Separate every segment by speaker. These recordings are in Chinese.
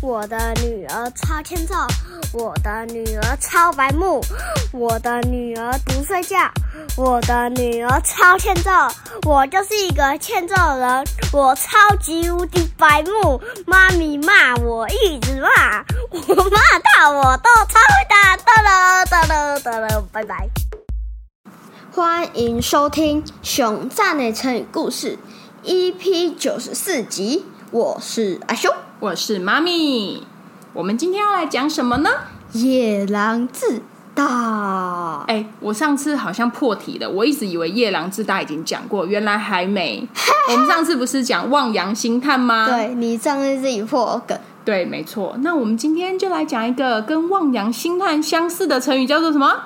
Speaker 1: 我的女儿超欠揍，我的女儿超白目，我的女儿不睡觉，我的女儿超欠揍，我就是一个欠揍人，我超级无敌白目，妈咪骂我一直骂，我骂到我都超会打，哒了哒了哒了，拜拜。
Speaker 2: 欢迎收听《熊赞美成语故事》EP 九十四集，我是阿修。
Speaker 3: 我是妈咪。我们今天要来讲什么呢？
Speaker 2: 野狼自大，
Speaker 3: 哎、我上次好像破题了，我一直以为夜郎自大已经讲过，原来还没。我们上次不是讲望洋兴叹吗？
Speaker 2: 对你上次自己破梗，
Speaker 3: 对，没错。那我们今天就来讲一个跟望洋兴叹相似的成语，叫做什么？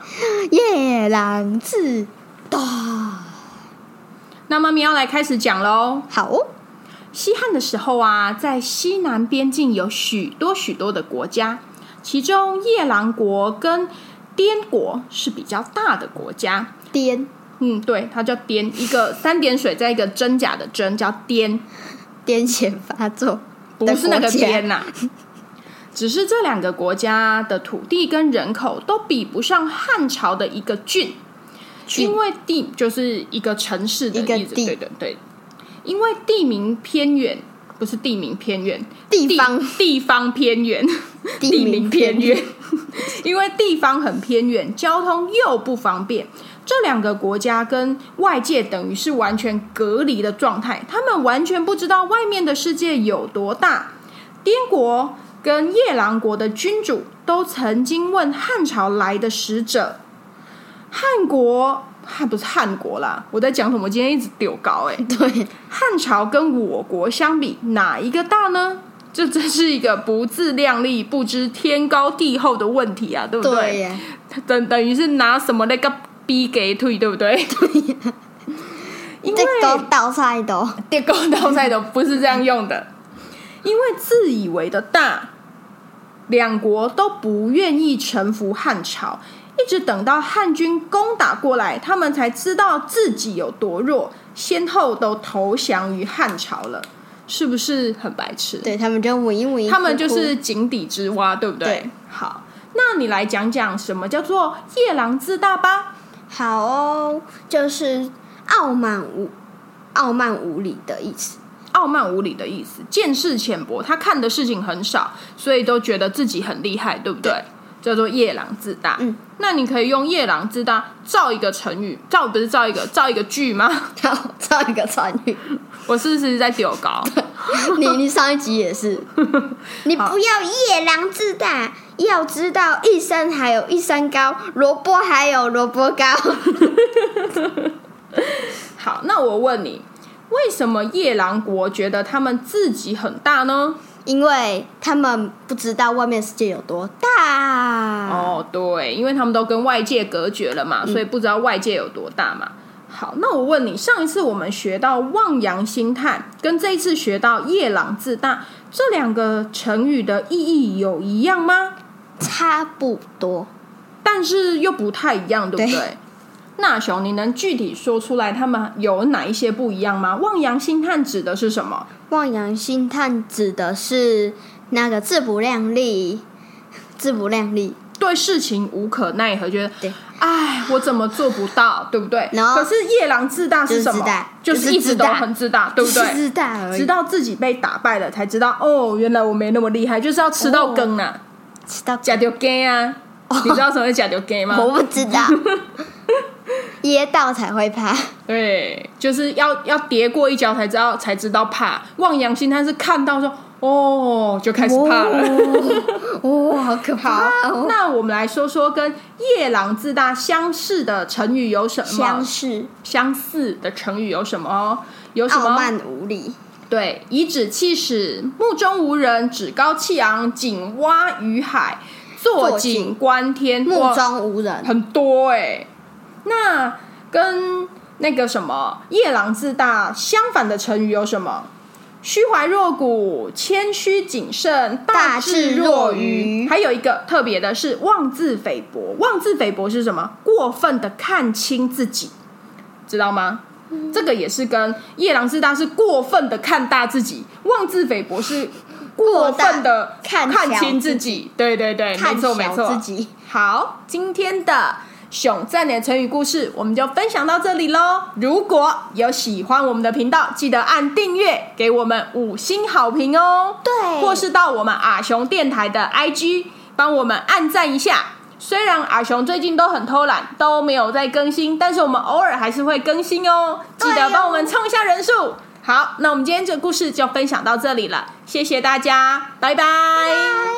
Speaker 2: 野狼自大，
Speaker 3: 那妈咪要来开始讲喽。
Speaker 2: 好哦，
Speaker 3: 西汉的时候啊，在西南边境有许多许多的国家，其中夜郎国跟滇国是比较大的国家。
Speaker 2: 颠
Speaker 3: 嗯，对，它叫颠，一个三点水再一个真假的真，叫颠，
Speaker 2: 癫痫发 作，
Speaker 3: 不是那个颠
Speaker 2: 颠
Speaker 3: 呐、只是这两个国家的土地跟人口都比不上汉朝的一个郡，
Speaker 2: 郡
Speaker 3: 因为地就是一个城市的
Speaker 2: 一个
Speaker 3: 意思，
Speaker 2: 地
Speaker 3: 对对对，因为地名偏远，不是地名偏远，
Speaker 2: 地方
Speaker 3: 地方偏远，
Speaker 2: 地
Speaker 3: 地
Speaker 2: 名
Speaker 3: 名
Speaker 2: 偏
Speaker 3: 偏
Speaker 2: 远
Speaker 3: 远，因为地方很偏远，交通又不方便，这两个国家跟外界等于是完全隔离的状态，他们完全不知道外面的世界有多大。滇国跟夜郎国的君主都曾经问汉朝来的使者，汉国汉不是汉国啦，我在讲什么？我今天一直丢高哎、欸
Speaker 2: 对，
Speaker 3: 汉朝跟我国相比，哪一个大呢？这真是一个不自量力、不知天高地厚的问题啊，对不
Speaker 2: 对呀，
Speaker 3: 等等于是拿什么那个逼给退，对不对？对、因为
Speaker 2: 这个倒菜都
Speaker 3: 地沟倒菜都不是这样用的，因为自以为的大，两国都不愿意臣服汉朝，一直等到汉军攻打过来，他们才知道自己有多弱，先后都投降于汉朝了，是不是很白痴？
Speaker 2: 对他们就闻一闻，
Speaker 3: 他们就
Speaker 2: 哭哭
Speaker 3: 是井底之蛙，对不对？
Speaker 2: 对
Speaker 3: 好，那你来讲讲什么叫做夜郎自大吧？
Speaker 2: 好哦，就是傲慢无傲慢无礼的意思。
Speaker 3: 傲慢无礼的意思，见识浅薄，他看的事情很少，所以都觉得自己很厉害，对不对？叫做夜郎自大。
Speaker 2: 嗯，
Speaker 3: 那你可以用夜郎自大造一个成语，造不是造一个，造一个句吗？
Speaker 2: 好，造一个成语。
Speaker 3: 我是不是在丢高？
Speaker 2: 你你上一集也 是，你不要夜郎自大，要知道一山还有一山高，萝卜还有萝卜 高。
Speaker 3: 好，那我问你，为什么夜郎国觉得他们自己很大呢？
Speaker 2: 因为他们不知道外面世界有多大。，
Speaker 3: 哦，对，因为他们都跟外界隔绝了嘛，所以不知道外界有多大嘛。好，那我问你，上一次我们学到望洋兴叹，跟这一次学到夜郎自大，这两个成语的意义有一样吗？
Speaker 2: 差不多。
Speaker 3: 但是又不太一样，对不对？
Speaker 2: 对
Speaker 3: 那熊，你能具体说出来他们有哪一些不一样吗？望洋兴叹指的是什么？
Speaker 2: 望洋兴叹指的是那个自不量力，自不量力。
Speaker 3: 对事情无可奈何，觉得
Speaker 2: 对，
Speaker 3: 哎，我怎么做不到，对不对？
Speaker 2: 然后
Speaker 3: 可是夜郎自大
Speaker 2: 就是
Speaker 3: 是什么
Speaker 2: 自大？就是
Speaker 3: 是一直
Speaker 2: 自
Speaker 3: 都
Speaker 2: 大
Speaker 3: 很自大，对不
Speaker 2: 只是
Speaker 3: 对？
Speaker 2: 自大而已，
Speaker 3: 直到自己被打败了，才知道哦，原来我没那么厉害，就是要吃到羹啊，
Speaker 2: 哦知道
Speaker 3: 假丢羹啊。你知道什么是假丢羹吗？
Speaker 2: 哦我不知 道，噎到才会怕。
Speaker 3: 对，就是要要跌过一跤才知道才知道怕。望洋兴叹是看到说哦，就开始怕了。
Speaker 2: 哦，哦好可
Speaker 3: 好
Speaker 2: 怕、哦！，
Speaker 3: 那我们来说说跟夜郎自大相似的成语有什么？
Speaker 2: 相似
Speaker 3: 相似的成语有什么哦？有什
Speaker 2: 傲
Speaker 3: 么？
Speaker 2: 慢无礼，
Speaker 3: 对，颐指气使，目中无人，趾高气昂，井蛙于海，坐
Speaker 2: 坐井
Speaker 3: 井观天，
Speaker 2: 目
Speaker 3: 哇
Speaker 2: 中无人，
Speaker 3: 很多哎、那跟那个什么夜郎自大相反的成语有什么？虚怀若谷，谦虚谨慎，
Speaker 2: 大智
Speaker 3: 智
Speaker 2: 若
Speaker 3: 若
Speaker 2: 愚
Speaker 3: 愚。还有一个特别的是妄自菲薄。妄自菲薄是什么？过分的看清自己，知道吗？这个也是跟夜郎自大是过分的看大自己，妄自菲薄是过分
Speaker 2: 分
Speaker 3: 的
Speaker 2: 看
Speaker 3: 看
Speaker 2: 小
Speaker 3: 清自己。对对对，没
Speaker 2: 看
Speaker 3: 错
Speaker 2: 小
Speaker 3: 没错
Speaker 2: 自。己。
Speaker 3: 好，今天的熊赞的成语故事我们就分享到这里喽。如果有喜欢我们的频道，记得按订阅，给我们五星好评哦。
Speaker 2: 对
Speaker 3: 或是到我们阿熊电台的 IG 帮我们按赞一下。虽然阿熊最近都很偷懒，都没有在更新，但是我们偶尔还是会更新哦。记
Speaker 2: 对
Speaker 3: 得
Speaker 2: 哦
Speaker 3: 帮我们冲一下人数。好，那我们今天这个故事就分享到这里了，谢谢大家，拜拜